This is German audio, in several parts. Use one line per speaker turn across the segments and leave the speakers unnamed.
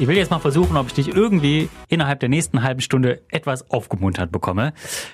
Ich will jetzt mal versuchen, ob ich dich irgendwie innerhalb der nächsten halben Stunde etwas aufgemuntert bekomme,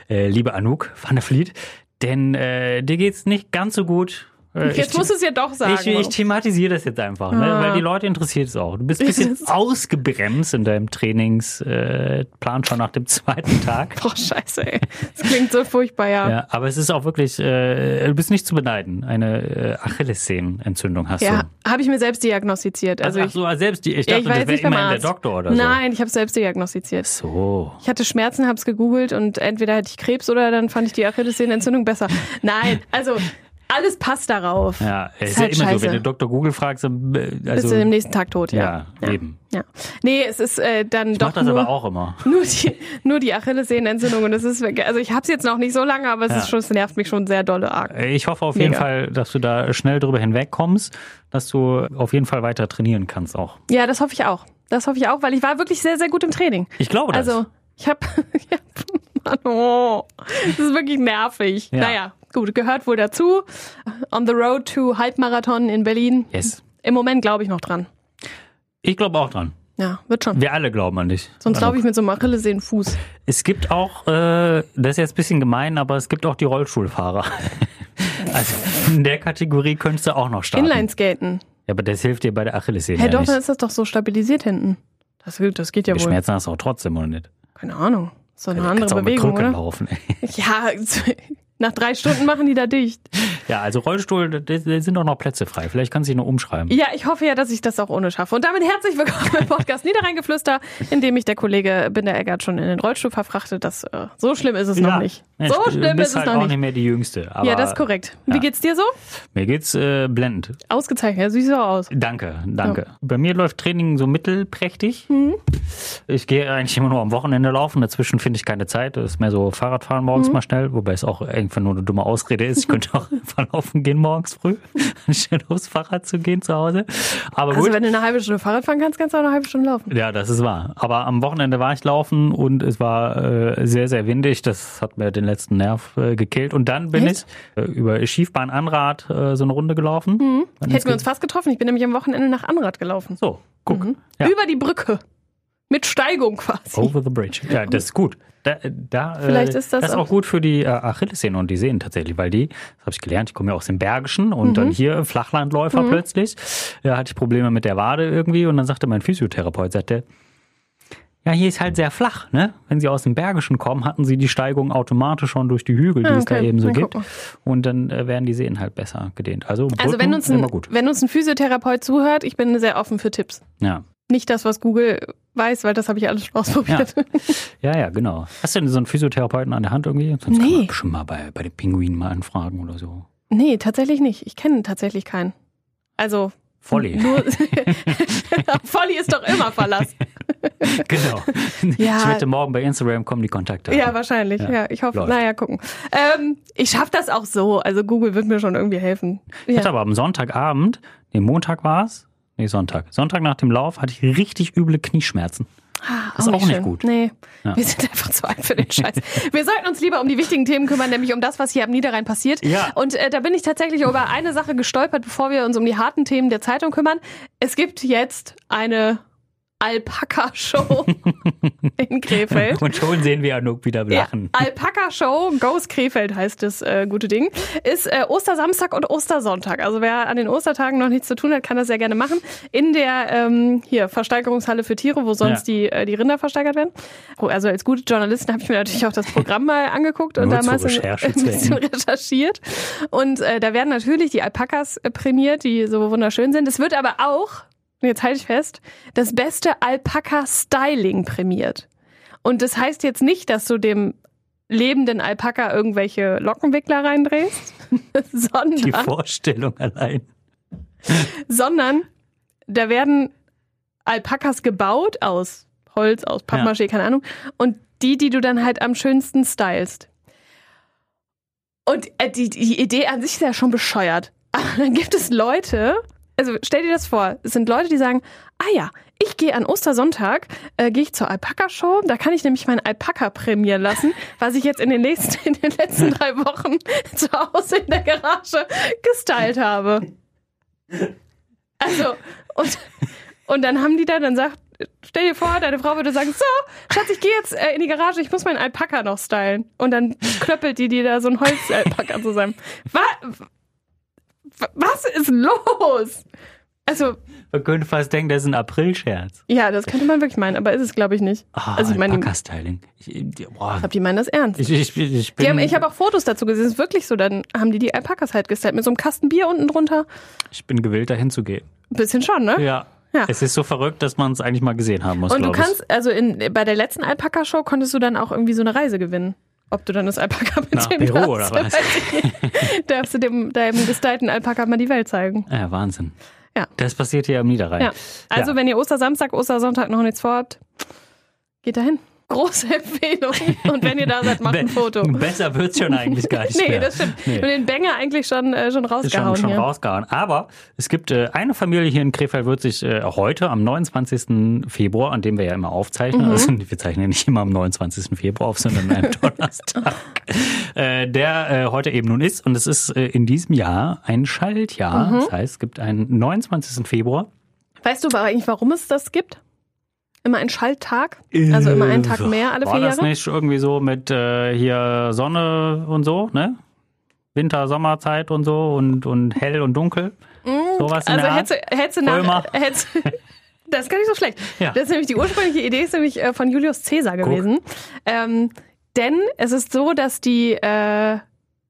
äh, liebe Anouk van der Vliet. Denn äh, dir geht's nicht ganz so gut. Äh,
Jetzt
ich-
muss es ja doch sagen.
Ich, ich thematisiere das jetzt einfach, ne?
Ah.
weil die Leute interessiert es auch. Du bist ein bisschen ausgebremst in deinem Trainingsplan äh, Plan schon nach dem zweiten Tag.
Boah, Oh, scheiße, ey. Das klingt so furchtbar, ja.
Ja, aber es ist auch wirklich, äh, du bist nicht zu beneiden. Eine äh, Achillessehnenentzündung hast
Ja,
du.
habe ich mir selbst diagnostiziert. Also,
Also ach
ich,
so, also selbst die, ich
ja,
dachte,
ich war
das
jetzt
wäre
nicht beim
immerhin der
Arzt.
Doktor oder so.
Nein, ich habe selbst diagnostiziert.
So.
Ich hatte Schmerzen, habe es gegoogelt und entweder hatte ich Krebs oder dann fand ich die Achillessehnenentzündung besser. Nein, also alles passt darauf.
Ja,
Ist
es ist ja
halt
immer so,
scheiße.
wenn du Dr. Google fragst, dann, äh, also,
Bist du am nächsten Tag tot, ja.
ja, eben.
ja. Nee, es ist äh, dann
Ich mach
doch
das
nur,
aber auch immer.
nur die, nur die Achillessehnenentzündung und das ist, weg. also ich habe es jetzt noch nicht so lange, aber es
Ja.
ist schon, es nervt mich schon sehr dolle arg.
Ich hoffe auf jeden
Mega.
Fall, dass du da schnell drüber hinwegkommst, dass du auf jeden Fall weiter trainieren kannst auch.
Ja, das hoffe ich auch. Das hoffe ich auch, weil ich war wirklich sehr, sehr gut im Training.
Ich glaube das.
Also, ich habe. Mann, oh, das ist wirklich nervig.
Ja.
Naja, gut, gehört wohl dazu. On the road to Halbmarathon in Berlin.
yes.
Im Moment glaube ich noch dran.
Ich glaube auch dran.
Ja, wird schon.
Wir alle glauben an dich. Also,
Sonst glaube ich mit so einem Achillessehnenfuß.
Es gibt auch, äh, das ist jetzt ein bisschen gemein, aber es gibt auch die Rollstuhlfahrer. Also in der Kategorie könntest du auch noch starten.
Inlineskaten.
Ja, aber das hilft dir bei der Achillessehne
Hey,
ja
doch, dann
nicht.
ist das doch so stabilisiert hinten. Das, geht- das geht ja
Die
wohl.
Schmerzen hast du auch trotzdem oder nicht?
Keine Ahnung. Ist doch eine
Kannst
andere
auch mit
Bewegung,
Krücken
oder?
laufen.
Ja, nach drei Stunden machen die da dicht.
Ja, also Rollstuhl, da da sind auch noch Plätze frei. Vielleicht kannst du dich nur umschreiben.
Ja, ich hoffe ja, dass ich das auch ohne schaffe. Und damit herzlich willkommen im Podcast Niederrheingeflüster, in dem mich der Kollege Binder-Eggert schon in den Rollstuhl verfrachtet. Das, äh, so schlimm ist es noch nicht.
Mensch,
So
du
schlimm
bist
ist
halt
es
auch
noch
nicht
nicht.
mehr die Jüngste. Aber
Ja, das ist korrekt. Wie
Ja.
geht's dir so?
Mir geht's äh, blendend.
Ausgezeichnet. Ja, siehst du auch aus.
Danke, danke. Bei mir läuft Training so mittelprächtig.
Mhm.
Ich gehe eigentlich immer nur am Wochenende laufen. Dazwischen finde ich keine Zeit. Das ist mehr so Fahrradfahren morgens
Mhm.
mal schnell, wobei es auch einfach nur eine dumme Ausrede ist. Ich könnte auch einfach laufen gehen morgens früh, anstatt aufs Fahrrad zu gehen zu Hause. Aber
Also,
gut.
wenn du eine halbe Stunde Fahrrad fahren kannst, kannst du auch eine halbe Stunde laufen.
Ja, das ist wahr. Aber am Wochenende war ich laufen und es war äh, sehr, sehr windig. Das hat mir den letzten Nerv äh, gekillt. Und dann bin
Echt?
ich äh, über Schiefbahn Anrad äh, so eine Runde gelaufen.
Mhm.
Dann
Hätten wir uns
ist
fast getroffen. Ich bin nämlich am Wochenende nach Anrad gelaufen.
ge- so, guck.
Mhm.
Ja. Oh,
Über die Brücke. Mit Steigung quasi.
Over the bridge. Ja, das ist gut. Da, da,
Vielleicht
äh,
ist das
das ist
auch-
auch gut für die äh, Achillessehnen und die Sehnen tatsächlich, weil die, das habe ich gelernt, ich komme ja aus dem Bergischen und
Mhm.
dann hier Flachlandläufer plötzlich, ja, hatte ich Probleme mit der Wade irgendwie und dann sagte mein Physiotherapeut, sagte, ja, hier ist halt sehr flach, ne? Wenn sie aus dem Bergischen kommen, hatten sie die Steigung automatisch schon durch die Hügel, die
Ah,
es da
okay.
eben so
Na, guck
gibt. Und dann äh, werden die Sehnen halt besser gedehnt. Also,
Also,
Brücken
wenn uns, ein,
immer gut.
wenn uns ein Physiotherapeut zuhört, ich bin sehr offen für Tipps.
Ja.
Nicht das, was Google weiß, weil das habe ich alles schon ausprobiert.
Ja, ja, genau. Hast du denn so einen Physiotherapeuten an der Hand irgendwie? Sonst kann
Nee.
man bestimmt mal bei, bei den Pinguinen mal anfragen oder so.
Nee, tatsächlich nicht. Ich kenne tatsächlich keinen. Also
Volley,
nur Volli ist doch immer Verlass.
genau. Ich
Ja.
wette, morgen bei Instagram kommen die Kontakte.
Ja,
an.
wahrscheinlich. Ja,
Ja,
ich hoffe.
läuft.
Naja, gucken. Ähm, ich schaffe das auch so. Also Google wird mir schon irgendwie helfen.
Ich hatte
Ja.
aber am Sonntagabend, nee, Montag war's, nee, Sonntag. Sonntag nach dem Lauf hatte ich richtig üble Knieschmerzen.
Ah,
ist auch nicht gut.
Nee,
Ja.
wir sind einfach zu alt für den Scheiß. Wir sollten uns lieber um die wichtigen Themen kümmern, nämlich um das, was hier am Niederrhein passiert.
Ja.
Und äh, da bin ich tatsächlich über eine Sache gestolpert, bevor wir uns um die harten Themen der Zeitung kümmern. Es gibt jetzt eine Alpaka-Show in Krefeld.
Und schon sehen wir Anouk wieder lachen.
Ja, Alpaka Show, Ghost Krefeld heißt das äh, gute Ding. Ist äh, Ostersamstag und Ostersonntag. Also wer an den Ostertagen noch nichts zu tun hat, kann das sehr gerne machen. In der ähm, hier Versteigerungshalle für Tiere, wo sonst
Ja.
die, äh, die Rinder versteigert werden. Oh, Also als gute Journalistin habe ich mir natürlich auch das Programm mal angeguckt und
Nur
da
zu
mal so ein
Recherchezwecken.
bisschen recherchiert. Und äh, da werden natürlich die Alpakas äh, prämiert, die so wunderschön sind. Es wird aber auch, und jetzt halte ich fest, das beste Alpaka-Styling prämiert. Und das heißt jetzt nicht, dass du dem lebenden Alpaka irgendwelche Lockenwickler reindrehst,
Die
sondern,
Vorstellung allein.
sondern da werden Alpakas gebaut aus Holz, aus Pappmaché, keine Ahnung. Und die, die du dann halt am schönsten stylst. Und äh, die, die Idee an sich ist ja schon bescheuert. Aber dann gibt es Leute, also stell dir das vor, es sind Leute, die sagen, ah ja, ich gehe an Ostersonntag, äh, gehe ich zur Alpaka-Show, da kann ich nämlich meinen Alpaka prämieren lassen, was ich jetzt in den, nächsten, in den letzten drei Wochen zu Hause in der Garage gestylt habe. Also, und, und dann haben die da, dann sagt, stell dir vor, deine Frau würde sagen, so, Schatz, ich gehe jetzt äh, in die Garage, ich muss meinen Alpaka noch stylen. Und dann klöppelt die dir da so ein Holzalpaka zusammen. Was? was ist los? Also,
Man könnte fast denken, das ist ein April-Scherz.
ja, das könnte man wirklich meinen, aber ist es, glaube ich, nicht.
Ah,
also, ich meine, die-
Alpaka-Styling. Ich, ich, boah.
ich glaube, die meinen das ernst.
ich, ich, ich bin,
Die haben, ich habe auch Fotos dazu gesehen, es ist wirklich so, dann haben die die Alpakas halt gestylt mit so einem Kasten Bier unten drunter.
ich bin gewillt, dahin zu gehen.
Bisschen schon, ne?
Ja.
Ja.
Es ist so verrückt, dass man es eigentlich mal gesehen haben muss.
Und du
glaub ich.
kannst, also in, bei der letzten Alpaka-Show konntest du dann auch irgendwie so eine Reise gewinnen. Ob du dann das Alpaka mit
Nach
dem
Peru oder was?
darfst du dem, deinem gestylten Alpaka mal die Welt zeigen.
Ah Ja, Wahnsinn.
Ja.
Das passiert hier am Niederrhein.
Ja. Also,
Ja.
wenn ihr Ostersamstag, Ostersonntag noch nichts vorhabt, geht dahin. Große Empfehlung. Und wenn ihr da seid, macht ein
Be-
Foto.
Besser wird schon eigentlich gar nicht
Nee,
mehr.
das stimmt.
Nee.
Und den Bänger eigentlich schon, äh, schon
Ist schon,
rausgehauen
schon
hier.
rausgehauen. Aber es gibt äh, eine Familie hier in Krefeld, wird sich äh, heute am 29. Februar, an dem wir ja immer aufzeichnen,
Mhm.
also wir zeichnen nicht immer am 29. Februar auf, sondern am Donnerstag, äh, der äh, heute eben nun ist. Und es ist äh, in diesem Jahr ein Schaltjahr.
Mhm.
Das heißt, es gibt einen 29. Februar.
Weißt du aber eigentlich, warum es das gibt? Immer ein Schalttag? Also immer einen Tag mehr alle
Äh, War
vier
das
Jahre?
nicht irgendwie so mit äh, hier Sonne und so, ne? Winter, Sommerzeit und so und, und hell und dunkel. Sowas in
Also
der Art.
hätte, hätte nach.
Römer.
Hätte, das ist gar nicht so schlecht.
Ja.
Das ist nämlich die ursprüngliche Idee, ist nämlich äh, von Julius Caesar gewesen. Ähm, denn es ist so, dass die äh,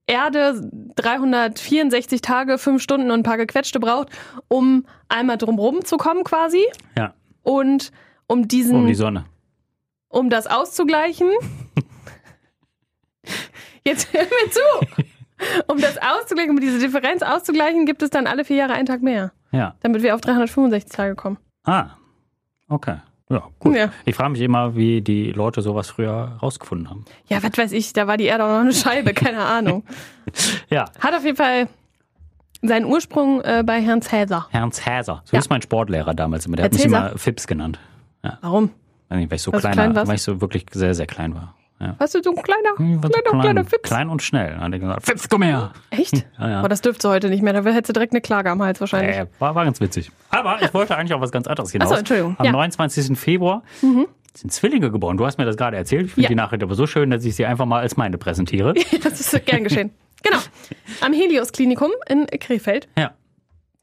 Erde 364 Tage, 5 Stunden und ein paar gequetschte braucht, um einmal drumrum zu kommen quasi.
Ja,
Und um diesen
um die Sonne.
um das auszugleichen. Jetzt hör mir zu! Um das auszugleichen, um diese Differenz auszugleichen, gibt es dann alle vier Jahre einen Tag mehr,
Ja.
damit wir auf 365 Tage kommen.
Ah, okay. Ja, gut.
Ja.
Ich frage mich immer, wie die Leute sowas früher rausgefunden haben.
Ja, was weiß ich, da war die Erde auch noch eine Scheibe, keine Ahnung.
Ja,
Hat auf jeden Fall seinen Ursprung äh, bei Herrn Cäsar.
Ernst Häser. So
Ja.
ist mein Sportlehrer damals immer. Der
Herr
hat mich
Cäsar?
immer Fips genannt.
Warum?
Weiß nicht, Weil ich so
Weil du
kleiner,
klein warst?
weil ich so wirklich sehr, sehr klein war. Ja. Hm,
Warst du so ein kleiner,
Ich war so
kleiner, kleiner Fips?
klein und schnell. Dann hat er gesagt, Fips, komm her.
Echt?
Hm, Ja, ja.
Aber das dürfte heute nicht mehr, da hättest du direkt eine Klage am Hals wahrscheinlich.
Äh, war, war ganz witzig. Aber ich wollte eigentlich auf was ganz anderes hinaus.
Ach so, Entschuldigung.
Am
Ja. Mhm.
29. Februar sind Zwillinge geboren. Du hast mir das gerade erzählt. Ich finde
Ja.
die Nachricht aber so schön, dass ich sie einfach mal als meine präsentiere.
Das ist gern geschehen. Genau. Am Helios-Klinikum in Krefeld.
Ja.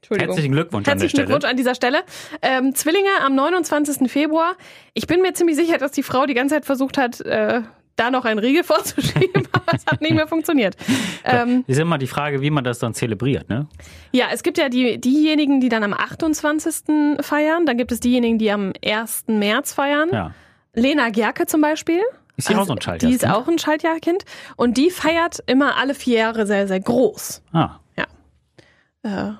Entschuldigung.
Herzlichen Glückwunsch an der
Herzlichen
Stelle.
Glückwunsch an dieser Stelle. Ähm, Zwillinge am 29. Februar. Ich bin mir ziemlich sicher, dass die Frau die ganze Zeit versucht hat, äh, da noch einen Riegel vorzuschieben, aber es hat nicht mehr funktioniert. Ähm,
Ist immer die Frage, wie man das dann zelebriert, ne?
ja, es gibt ja die, diejenigen, die dann am 28. feiern. Dann gibt es diejenigen, die am 1. März feiern.
Ja.
Lena Gerke zum Beispiel. Also,
Ist sie auch so ein Schaltjahr?
Die ist auch ein Schaltjahrkind. Und die feiert immer alle vier Jahre sehr, sehr groß.
Ah,
Äh,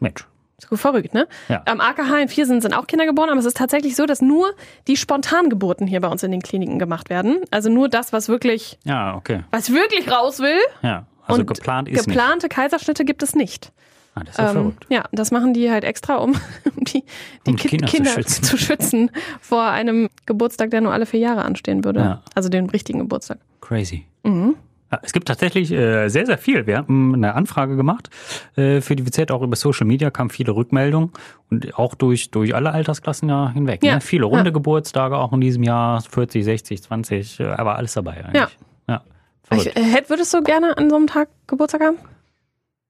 Mensch.
Ist gut verrückt, ne?
Ja.
Am AKH in Viersen sind auch Kinder geboren, aber es ist tatsächlich so, dass nur die Spontangeburten hier bei uns in den Kliniken gemacht werden. Also nur das, was wirklich,
Ja, okay.
was wirklich raus will.
Ja. Also
Und
geplant ist
Geplante Kaiserschnitte gibt es nicht.
nicht. Ah, das ist ja
Ähm,
verrückt.
ja, das machen die halt extra, um, um die, die
Um
Ki-
die Kinder zu
Kinder
schützen.
zu schützen vor einem Geburtstag, der nur alle vier Jahre anstehen würde.
Ja.
Also den richtigen Geburtstag.
Crazy.
Mhm.
Ja, Es gibt tatsächlich äh, sehr, sehr viel. Wir haben eine Anfrage gemacht äh, für die WZ, auch über Social Media kamen viele Rückmeldungen und auch durch, durch alle Altersklassen ja hinweg.
Ja.
Ne? Viele runde Geburtstage auch in diesem Jahr, 40, 60, 20, äh, aber alles dabei eigentlich. Ja.
Ich,
Verrückt.
äh, hätt- würdest du gerne an so einem Tag Geburtstag haben?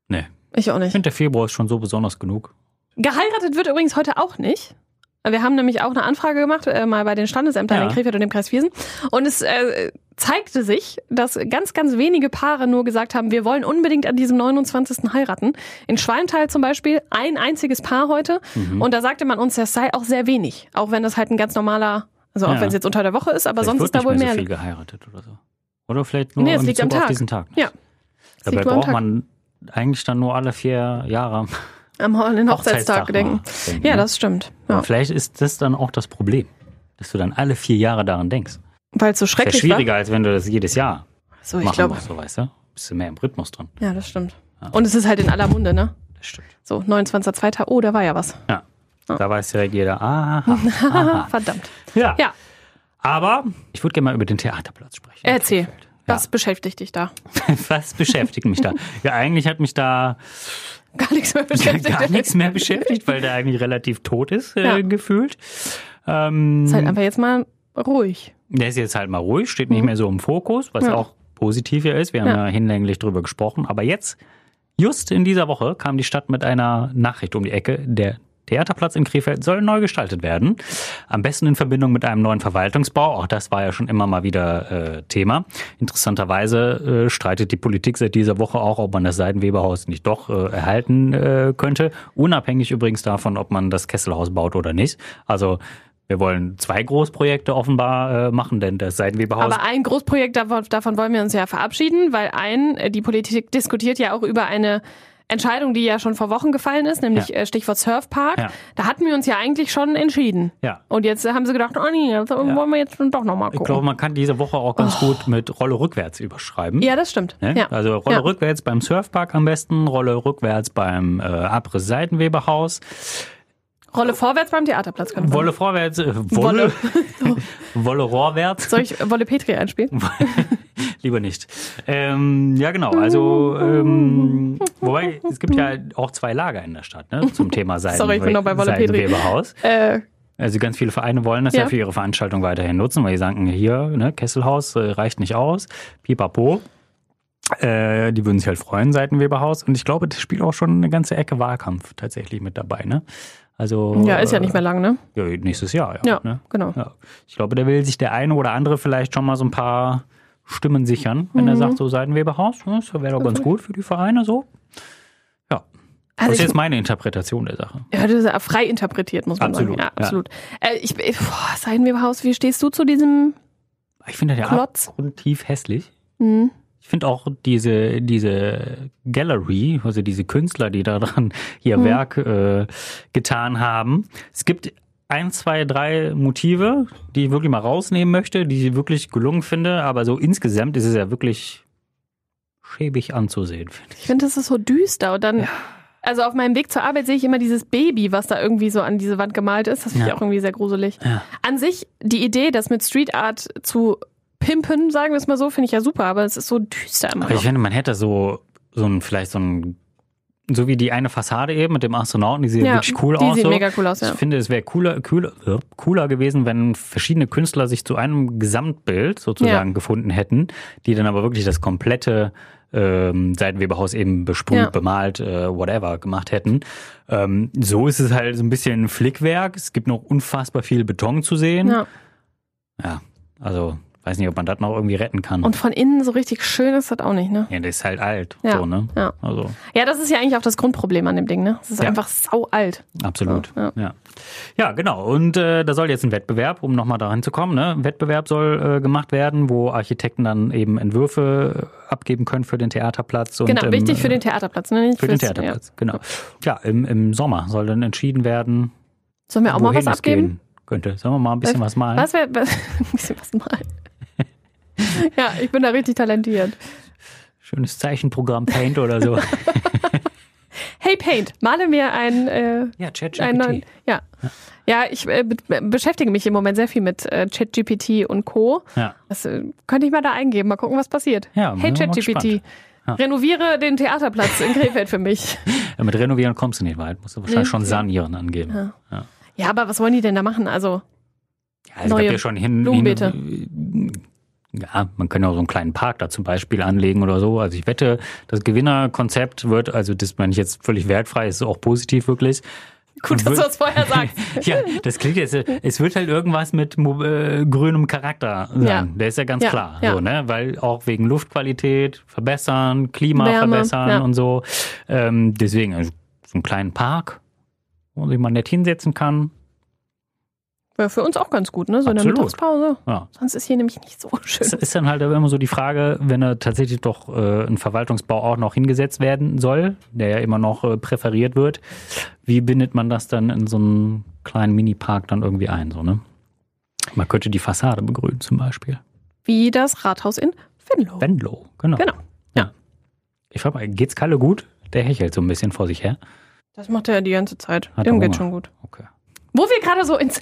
nee.
Ich auch
Ich
nicht.
finde, der Februar ist schon so besonders genug.
Geheiratet wird übrigens heute auch nicht. Wir haben nämlich auch eine Anfrage gemacht, äh, mal bei den Standesämtern
Ja.
in Krefeld und dem Kreis Viersen. Und es äh, zeigte sich, dass ganz, ganz wenige Paare nur gesagt haben, wir wollen unbedingt an diesem 29. heiraten. In Schwalmtal zum Beispiel ein einziges Paar heute.
Mhm.
Und da sagte man uns, das sei auch sehr wenig. Auch wenn das halt ein ganz normaler, also auch
Ja.
wenn es jetzt unter der Woche ist, aber
Vielleicht
sonst
wird
ist da
nicht
wohl
mehr
mehr.
so viel geheiratet oder so. Oder vielleicht nur
Nee, es
in
liegt am
Bezug auf
Tag.
diesen Tag.
Ja. Es
Dabei
liegt nur am
braucht
Tag.
man eigentlich dann nur alle vier Jahre am
am Ho- an den Hochzeitstag
Hochzeitstag
denken.
mal denken,
Ja,
ne?
das stimmt.
Aber
Ja.
Vielleicht ist das dann auch das Problem, dass du dann alle vier Jahre daran denkst.
Weil es so
Wäre
schrecklich war.
schwieriger, als wenn du das jedes Jahr
So, ich
machen
glaube,
musst, so weißt du? bist du mehr im Rhythmus drin.
Ja, das stimmt. Und es ist halt in aller Munde, ne?
Ah. Das stimmt.
So, 29.02. Oh, da war ja was.
Ja. Da weiß direkt jeder, aha, aha.
Verdammt.
Ja.
Ja,
Aber ich würde gerne mal über den Theaterplatz sprechen.
erzähl. Was
Ja.
beschäftigt dich da?
Was beschäftigt mich da? Ja, eigentlich hat mich da
Gar nichts mehr
ja
beschäftigt.
gar nichts mehr beschäftigt, weil der eigentlich relativ tot ist, äh,
Ja.
gefühlt. Ähm,
Ist halt einfach jetzt mal ruhig.
Der ist jetzt halt mal ruhig, steht nicht mehr so im Fokus, was
Mhm. Ja.
auch positiv ja ist. Wir haben ja.
Ja.
hinlänglich drüber gesprochen. Aber jetzt, just in dieser Woche, kam die Stadt mit einer Nachricht um die Ecke. Der Theaterplatz in Krefeld soll neu gestaltet werden. Am besten in Verbindung mit einem neuen Verwaltungsbau. Auch das war ja schon immer mal wieder äh, Thema. Interessanterweise äh, streitet die Politik seit dieser Woche auch, ob man das Seidenweberhaus nicht doch äh, erhalten äh, könnte. Unabhängig übrigens davon, ob man das Kesselhaus baut oder nicht. Also wir wollen zwei Großprojekte offenbar äh, machen, denn das Seidenweberhaus
Aber ein Großprojekt, davon, davon wollen wir uns ja verabschieden, weil ein, äh, die Politik diskutiert ja auch über eine Entscheidung, die ja schon vor Wochen gefallen ist, nämlich
Ja.
äh, Stichwort Surfpark.
Ja.
Da hatten wir uns ja eigentlich schon entschieden.
Ja.
Und jetzt äh, haben sie gedacht, oh nee, das äh, wollen wir jetzt doch nochmal
Ich
gucken.
glaube, man kann diese Woche auch ganz gut mit Rolle rückwärts überschreiben.
ja, das stimmt.
Ne?
Ja.
Also Rolle
ja.
rückwärts beim Surfpark am besten, Rolle rückwärts beim äh, Abriss Seitenweberhaus,
Rolle vorwärts beim Theaterplatz. können wir.
Wolle vorwärts, äh, Wolle, Wolle rohrwärts,
Soll ich Wolle Petri einspielen?
lieber nicht. Ähm, ja genau, also ähm, wobei es gibt ja auch zwei Lager in der Stadt ne, zum Thema Seiden,
Sorry, ich bin noch bei Wolle Petri.
Seidenweberhaus.
Äh,
Also ganz viele Vereine wollen das ja,
Ja.
für ihre Veranstaltung weiterhin nutzen, weil die sagen, hier, ne, Kesselhaus äh, reicht nicht aus, pipapo. Äh, die würden sich halt freuen, Seitenweberhaus. Und ich glaube, das spielt auch schon eine ganze Ecke Wahlkampf tatsächlich mit dabei. Ne? Also,
ja, ist ja nicht mehr lang, ne?
äh, Ja, nächstes Jahr, ja.
Ja,
ne?
genau.
ja. Ich glaube, da will sich der eine oder andere vielleicht schon mal so ein paar Stimmen sichern, wenn
Mhm.
er sagt, so Seitenweberhaus, ne, das wäre doch ganz gut für die Vereine so. Ja,
Also
das ist
ich-
jetzt meine Interpretation der Sache.
Ja, das ist ja frei interpretiert, muss man
Absolut,
sagen.
ja.
Ja, absolut. Äh, ich, ich- boah, Seidenweberhaus, wie stehst du zu diesem?
Ich finde der
Klotz.
abgrundtief hässlich.
Hm.
Ich finde auch diese, diese Gallery, also diese Künstler, die daran ihr
Mhm.
Werk äh, getan haben. Es gibt ein, zwei, drei Motive, die ich wirklich mal rausnehmen möchte, die ich wirklich gelungen finde, aber so insgesamt ist es ja wirklich schäbig anzusehen, finde
Ich finde, das ist so düster. Und dann, also auf meinem Weg zur Arbeit sehe ich immer dieses Baby, was da irgendwie so an diese Wand gemalt ist. Das finde
Ja.
ich auch irgendwie sehr gruselig.
Ja.
An sich, die Idee, das mit Street Art zu pimpen, sagen wir es mal so, finde ich ja super, aber es ist so düster immer.
ich. Aber ich
noch.
finde, man hätte so, so ein, vielleicht so ein, so wie die eine Fassade eben mit dem Astronauten, die sieht
Ja,
wirklich cool
die
aus.
sieht
so.
mega cool aus, ja.
Ich finde, es wäre cooler, cooler, äh, cooler gewesen, wenn verschiedene Künstler sich zu einem Gesamtbild sozusagen
Ja.
gefunden hätten, die dann aber wirklich das komplette ähm, Seitenweberhaus eben besprüht,
Ja.
bemalt, äh, whatever gemacht hätten. Ähm, so ist es halt so ein bisschen Flickwerk. Es gibt noch unfassbar viel Beton zu sehen.
Ja.
Ja, also weiß nicht, ob man das noch irgendwie retten kann.
Und von innen so richtig schön ist das auch nicht, ne?
ja, das ist halt alt.
Ja,
So, ne?
ja.
Also.
Ja, das ist ja eigentlich auch das Grundproblem an dem Ding, ne? Es ist
Ja.
einfach sau alt.
Absolut. Ja,
Ja,
ja. genau. Und äh, da soll jetzt ein Wettbewerb, um nochmal daran zu kommen, ne? ein Wettbewerb soll äh, gemacht werden, wo Architekten dann eben Entwürfe äh, abgeben können für den Theaterplatz. Und,
Genau,
ähm,
wichtig für
äh,
den Theaterplatz, ne? Nicht
für den
fürs-
Theaterplatz, genau. Ja, im, im Sommer soll dann entschieden werden,
Ja. Sollen wir auch mal
wohin
was
es
abgeben? Äh,
gehen könnte. Sollen wir mal ein bisschen was malen?
Was wäre ein bisschen was malen? ja, ich bin da richtig talentiert.
Schönes Zeichenprogramm, Paint oder so.
Hey Paint, male mir ein, äh,
ja,
einen neuen.
ChatGPT.
Ja, ja ich äh, be be- beschäftige mich im Moment sehr viel mit äh, ChatGPT und Co.
Ja.
Das äh, könnte ich mal da eingeben, mal gucken, was passiert.
Ja,
hey
bin mal
ChatGPT,
gespannt. Ja.
renoviere den Theaterplatz in Krefeld für mich.
Ja, mit Renovieren kommst du nicht weit. Musst du wahrscheinlich
Nee.
schon Sanieren angeben. also
Ja. Ja, aber was wollen die denn da machen? Also,
Ja, also ich
Neue
hab ja schon hin,
Blumenbeete.
hin ja, man kann ja auch so einen kleinen Park da zum Beispiel anlegen oder so. Also ich wette, das Gewinnerkonzept wird, also das meine ich jetzt völlig wertfrei, ist auch positiv wirklich.
gut, dass du das vorher sagst.
Ja, das klingt jetzt, es wird halt irgendwas mit mo- äh, grünem Charakter sein.
Ja.
Der ist ja ganz
Ja,
klar.
ja.
So, ne? Weil auch wegen Luftqualität verbessern, Klima
Wärme,
verbessern
ja.
und so. Ähm, deswegen also so einen kleinen Park, wo man sich mal nett hinsetzen kann.
Wäre für uns auch ganz gut, ne? So in der
Absolut.
Mittagspause.
Ja.
Sonst ist hier nämlich nicht so schön.
Es ist dann halt aber immer so die Frage, wenn er tatsächlich doch äh, ein Verwaltungsbau auch noch hingesetzt werden soll, der ja immer noch äh, präferiert wird, wie bindet man das dann in so einen kleinen Mini-Park dann irgendwie ein? So, ne? Man könnte die Fassade begrünen zum Beispiel.
Wie das Rathaus in Venlo.
Venlo, genau.
Genau.
Ja. Ich frage mal, geht's Kalle gut? Der hechelt so ein bisschen vor sich her.
Das macht er die ganze Zeit.
Hat
Dem geht
er Hunger?
schon gut.
Okay.
Wo wir gerade so ins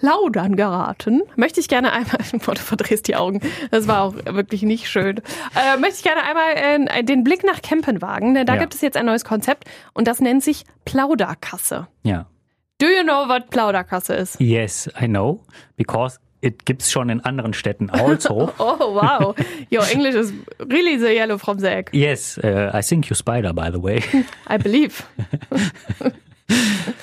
Plaudern geraten, möchte ich gerne einmal, boah, du verdrehst die Augen, das war auch wirklich nicht schön, äh, möchte ich gerne einmal äh, den Blick nach Kempen wagen, denn da
Ja.
gibt es jetzt ein neues Konzept und das nennt sich Plauderkasse.
Ja.
Do you know what Plauderkasse ist?
Yes, I know. Because it gibt's schon in anderen Städten also.
Oh wow, your English is really the yellow from the egg,
yes, äh, I think you spider, by the way.
I believe.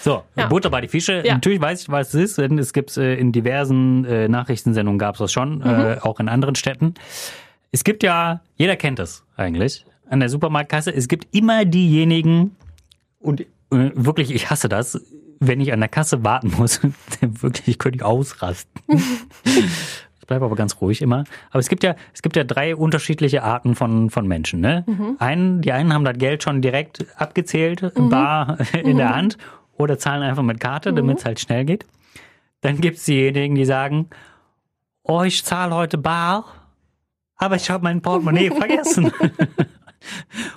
So,
Ja.
Butter bei die Fische.
Ja.
Natürlich weiß ich, was es ist. Denn es gibt äh, in diversen äh, Nachrichtensendungen gab es das schon, äh,
Mhm.
auch in anderen Städten. Es gibt ja, jeder kennt es eigentlich, an der Supermarktkasse. Es gibt immer diejenigen, und äh, wirklich, ich hasse das, wenn ich an der Kasse warten muss. wirklich, ich könnte ausrasten. Ich bleibe aber ganz ruhig immer. Aber es gibt ja, es gibt ja drei unterschiedliche Arten von, von Menschen. Ne? Einen, die einen haben das Geld schon direkt abgezählt, bar in der Hand oder zahlen einfach mit Karte, damit es halt schnell geht. Dann gibt es diejenigen, die sagen, oh, ich zahle heute bar, aber ich habe mein Portemonnaie vergessen.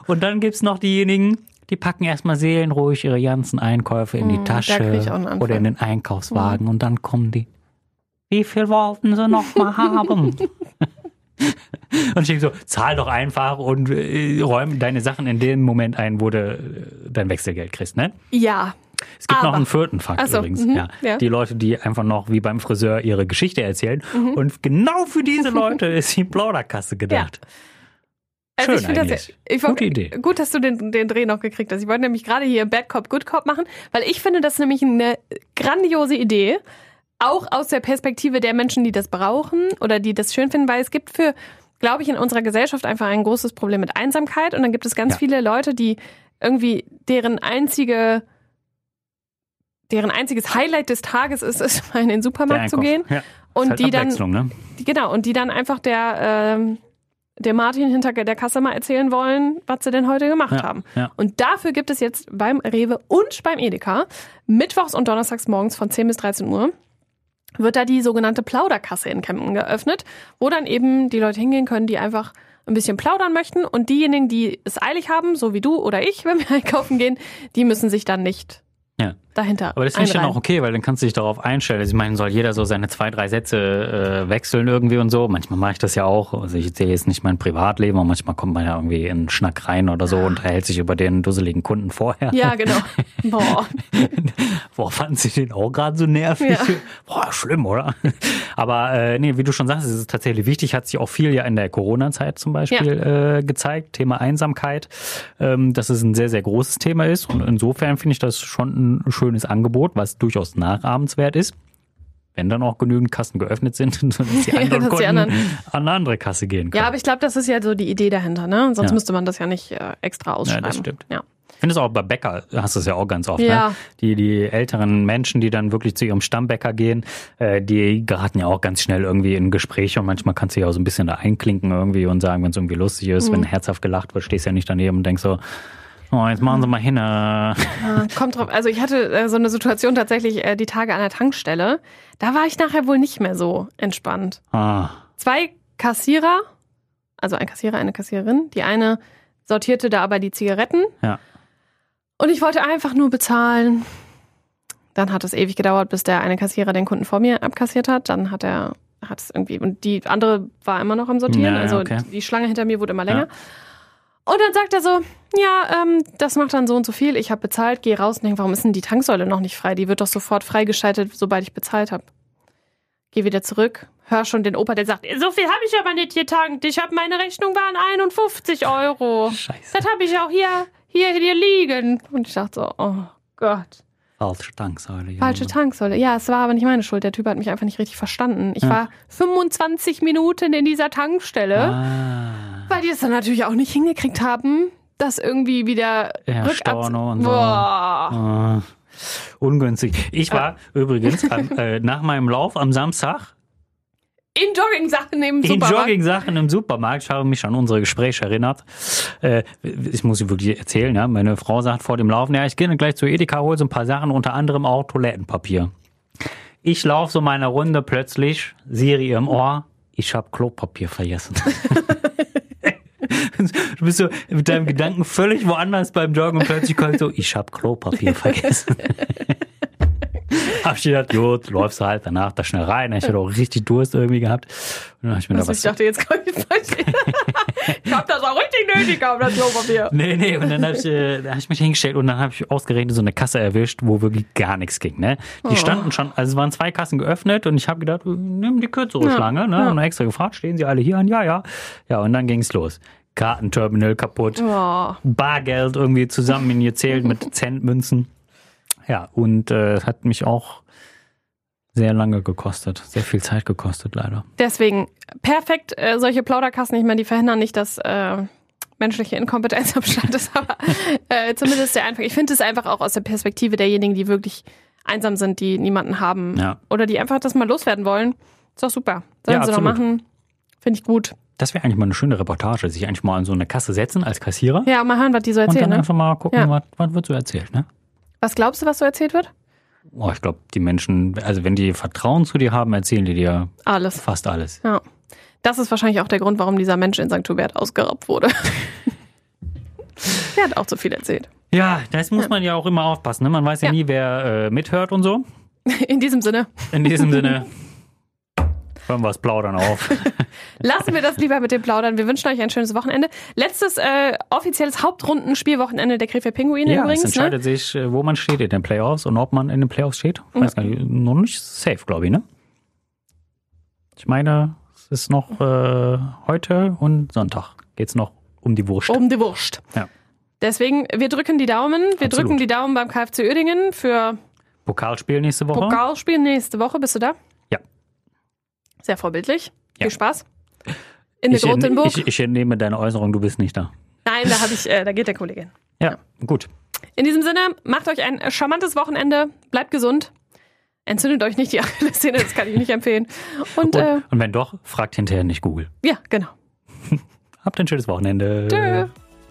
Und dann gibt es noch diejenigen, die packen erstmal seelenruhig ihre ganzen Einkäufe in die
Hm, da krieg ich auch Hm. einen
Tasche
Anfall.
oder in den Einkaufswagen und dann kommen die wie viel wollten sie noch mal haben? Und ich denke so, zahl doch einfach und äh, räum deine Sachen in dem Moment ein, wo du äh, dein Wechselgeld kriegst, ne?
Ja,
Es gibt noch
Aber-
einen vierten Fakt
Ach so,
übrigens.
mhm,
ja.
ja.
Die Leute, die einfach noch wie beim Friseur ihre Geschichte erzählen.
Mhm.
Und genau für diese Leute ist die Plauderkasse gedacht.
Also
Schön
ich finde das,
eigentlich.
ich wollt,
Gute Idee.
Gut, dass du den, den Dreh noch gekriegt hast. Ich wollte nämlich gerade hier Bad Cop, Good Cop machen, weil ich finde das nämlich eine grandiose Idee, auch aus der Perspektive der Menschen, die das brauchen oder die das schön finden, weil es gibt für, glaube ich, in unserer Gesellschaft einfach ein großes Problem mit Einsamkeit und dann gibt es ganz
Ja.
viele Leute, die irgendwie deren einzige deren einziges Highlight des Tages ist, ist mal in den
Der
Supermarkt zu
Einkauf.
gehen
Ja.
und
ist halt
die dann
Abwechslung, ne?
die- Genau, und die dann einfach der, ähm, der Martin hinter der Kasse mal erzählen wollen, was sie denn heute gemacht
Ja,
haben.
ja.
Und dafür gibt es jetzt beim Rewe und beim Edeka, mittwochs und donnerstags morgens von 10 bis 13 Uhr, wird da die sogenannte Plauderkasse in Kempten geöffnet, wo dann eben die Leute hingehen können, die einfach ein bisschen plaudern möchten. Und diejenigen, die es eilig haben, so wie du oder ich, wenn wir einkaufen gehen, die müssen sich dann nicht
Ja.
dahinter
Aber das finde ich dann
einreihen.
auch okay, weil dann kannst du dich darauf einstellen. Also ich meine, soll jeder so seine zwei, drei Sätze äh, wechseln irgendwie und so. Manchmal mache ich das ja auch. Also ich erzähle jetzt nicht mein Privatleben, aber manchmal kommt man ja irgendwie in einen Schnack rein oder
Ah.
so und unterhält sich über den dusseligen Kunden vorher.
Ja, genau. Boah.
Boah, fanden sie den auch gerade so nervig?
Ja.
Boah, schlimm, oder? Aber äh, nee, wie du schon sagst, es ist tatsächlich wichtig, hat sich auch viel ja in der Corona-Zeit zum Beispiel äh, gezeigt, Thema Einsamkeit, ähm, dass es ein sehr, sehr großes Thema ist. Und insofern finde ich das schon ein schönes Angebot, was durchaus nachahmenswert ist. Wenn dann auch genügend Kassen geöffnet sind, dass die
Ja,
anderen
dass die
Kunden
anderen-
an eine andere Kasse gehen können.
Ja, aber ich glaube, das ist ja so die Idee dahinter, ne? Sonst
Ja.
müsste man das ja nicht äh, extra ausschreiben.
stimmt.
Ja.
Ich finde es auch bei Bäcker, hast du es ja auch ganz oft,
Ja.
ne? die, die älteren Menschen, die dann wirklich zu ihrem Stammbäcker gehen, äh, die geraten ja auch ganz schnell irgendwie in Gespräche und manchmal kannst du ja auch so ein bisschen da einklinken irgendwie und sagen, wenn es irgendwie lustig ist,
Mhm.
wenn herzhaft gelacht wird, stehst du ja nicht daneben und denkst so, oh, jetzt machen sie mal hin. äh.
Ah, Kommt drauf. Also ich hatte äh, so eine Situation tatsächlich äh, die Tage an der Tankstelle. Da war ich nachher wohl nicht mehr so entspannt.
Ah,
Zwei Kassierer, also ein Kassierer, eine Kassiererin. Die eine sortierte da aber die Zigaretten.
Ja.
Und ich wollte einfach nur bezahlen. Dann hat es ewig gedauert, bis der eine Kassierer den Kunden vor mir abkassiert hat. Dann hat er hat es irgendwie und die andere war immer noch am Sortieren.
Ja, ja,
also
okay.
die Schlange hinter mir wurde immer länger. Und dann sagt er so, ja, ähm, das macht dann so und so viel. Ich habe bezahlt, gehe raus und denke, warum ist denn die Tanksäule noch nicht frei? Die wird doch sofort freigeschaltet, sobald ich bezahlt habe. Geh wieder zurück, hör schon den Opa, der sagt, "Äh, so viel habe ich aber nicht getankt. Ich habe meine Rechnung waren 51 Euro.
scheiße.
Das habe ich auch hier, hier, hier liegen. Und ich dachte so, oh Gott.
Falsche Tanksäule. ja.
Falsche Tanksäule. Ja, es war aber nicht meine Schuld. Der Typ hat mich einfach nicht richtig verstanden. Ich
Ja.
war 25 Minuten in dieser Tankstelle,
Ah,
weil die es dann natürlich auch nicht hingekriegt haben, das irgendwie wieder
Ja,
rückabz...
Storno und so.
Boah.
ah, ungünstig. Ich
Ah.
war übrigens am, äh, nach meinem Lauf am Samstag
In Jogging-Sachen neben
In
Supermarkt.
Jogging-Sachen im Supermarkt, ich habe mich an unsere Gespräche erinnert. Äh, ich muss sie wirklich erzählen, ja. Meine Frau sagt vor dem Laufen, ja, ich gehe dann gleich zu Edeka, hole so ein paar Sachen, unter anderem auch Toilettenpapier. Ich laufe so meine Runde, plötzlich, Siri im Ohr, ich habe Klopapier vergessen. Du bist so mit deinem Gedanken völlig woanders beim Joggen und plötzlich kommt so, ich hab Klopapier vergessen. hab ich gedacht, gut, läufst du halt danach da schnell rein. Ich hatte auch richtig Durst irgendwie gehabt. Und dann hab ich mir da
Also ich
was.
dachte, jetzt kommt die falsche. ich hab das auch richtig nötig gehabt, das Klopapier.
Nee, nee, und dann hab ich, äh, da hab ich mich hingestellt und dann hab ich ausgerechnet so eine Kasse erwischt, wo wirklich gar nichts ging. Ne? Die standen schon, also es waren zwei Kassen geöffnet und ich hab gedacht, "Äh, nimm die kürzere Schlange. Ne? Und extra gefragt, stehen sie alle hier an? Ja, ja. Ja, und dann ging's los. Kartenterminal kaputt.
Oh.
Bargeld irgendwie zusammen in ihr zählt mit Centmünzen. Ja, und äh, es hat mich auch sehr lange gekostet, sehr viel Zeit gekostet, leider.
Deswegen, perfekt, äh, solche Plauderkassen, ich meine, die verhindern nicht, dass äh, menschliche Inkompetenz am Start ist, aber äh, zumindest der Anfang. Ich finde es einfach auch aus der Perspektive derjenigen, die wirklich einsam sind, die niemanden haben
Ja.
oder die einfach das mal loswerden wollen. Ist doch super. Sollen
Ja,
sie doch
absolut.
machen. Finde ich gut.
Das wäre eigentlich mal eine schöne Reportage, sich eigentlich mal an so eine Kasse setzen als Kassierer
Ja, mal hören, was die so
und
erzählen.
dann
Ne?
einfach mal gucken,
Ja.
was, was wird so erzählt, ne?
Was glaubst du, was so erzählt wird?
Oh, ich glaube, die Menschen, also wenn die Vertrauen zu dir haben, erzählen die dir
Alles.
fast alles.
Ja. Das ist wahrscheinlich auch der Grund, warum dieser Mensch in St. Hubert ausgeraubt wurde. der hat auch zu viel erzählt.
Ja, das muss man ja auch immer aufpassen. Ne? Man weiß ja,
Ja.
nie, wer äh, mithört und so.
In diesem Sinne,
In diesem Sinne, hören wir das Plaudern auf.
lassen wir das lieber mit dem Plaudern. Wir wünschen euch ein schönes Wochenende. Letztes äh, offizielles Hauptrundenspielwochenende der Krefeld Pinguine
Ja, es
übrigens. Ne?
entscheidet sich, äh, wo man steht in den Playoffs und ob man in den Playoffs steht. Ich weiß gar nicht, noch nicht safe, glaube ich, ne? Ich meine, es ist noch äh, heute und Sonntag geht's noch um die Wurst.
Um die Wurst.
Ja.
Deswegen, wir drücken die Daumen. Wir
Absolut.
drücken die Daumen beim KFC Uerdingen für
Pokalspiel nächste Woche.
Pokalspiel nächste Woche. Bist du da?
Ja.
Sehr vorbildlich.
Ja.
Viel Spaß. In der
ich,
Grotenburg.
ich, ich entnehme deine Äußerung, du bist nicht da.
Nein, da, hab ich, äh, da geht der Kollege hin.
Ja, gut.
In diesem Sinne, macht euch ein charmantes Wochenende, bleibt gesund, entzündet euch nicht die Achillessehne, das kann ich nicht empfehlen. Und,
Und,
äh,
und wenn doch, fragt hinterher nicht Google.
ja, genau.
Habt ein schönes Wochenende.
Tschö.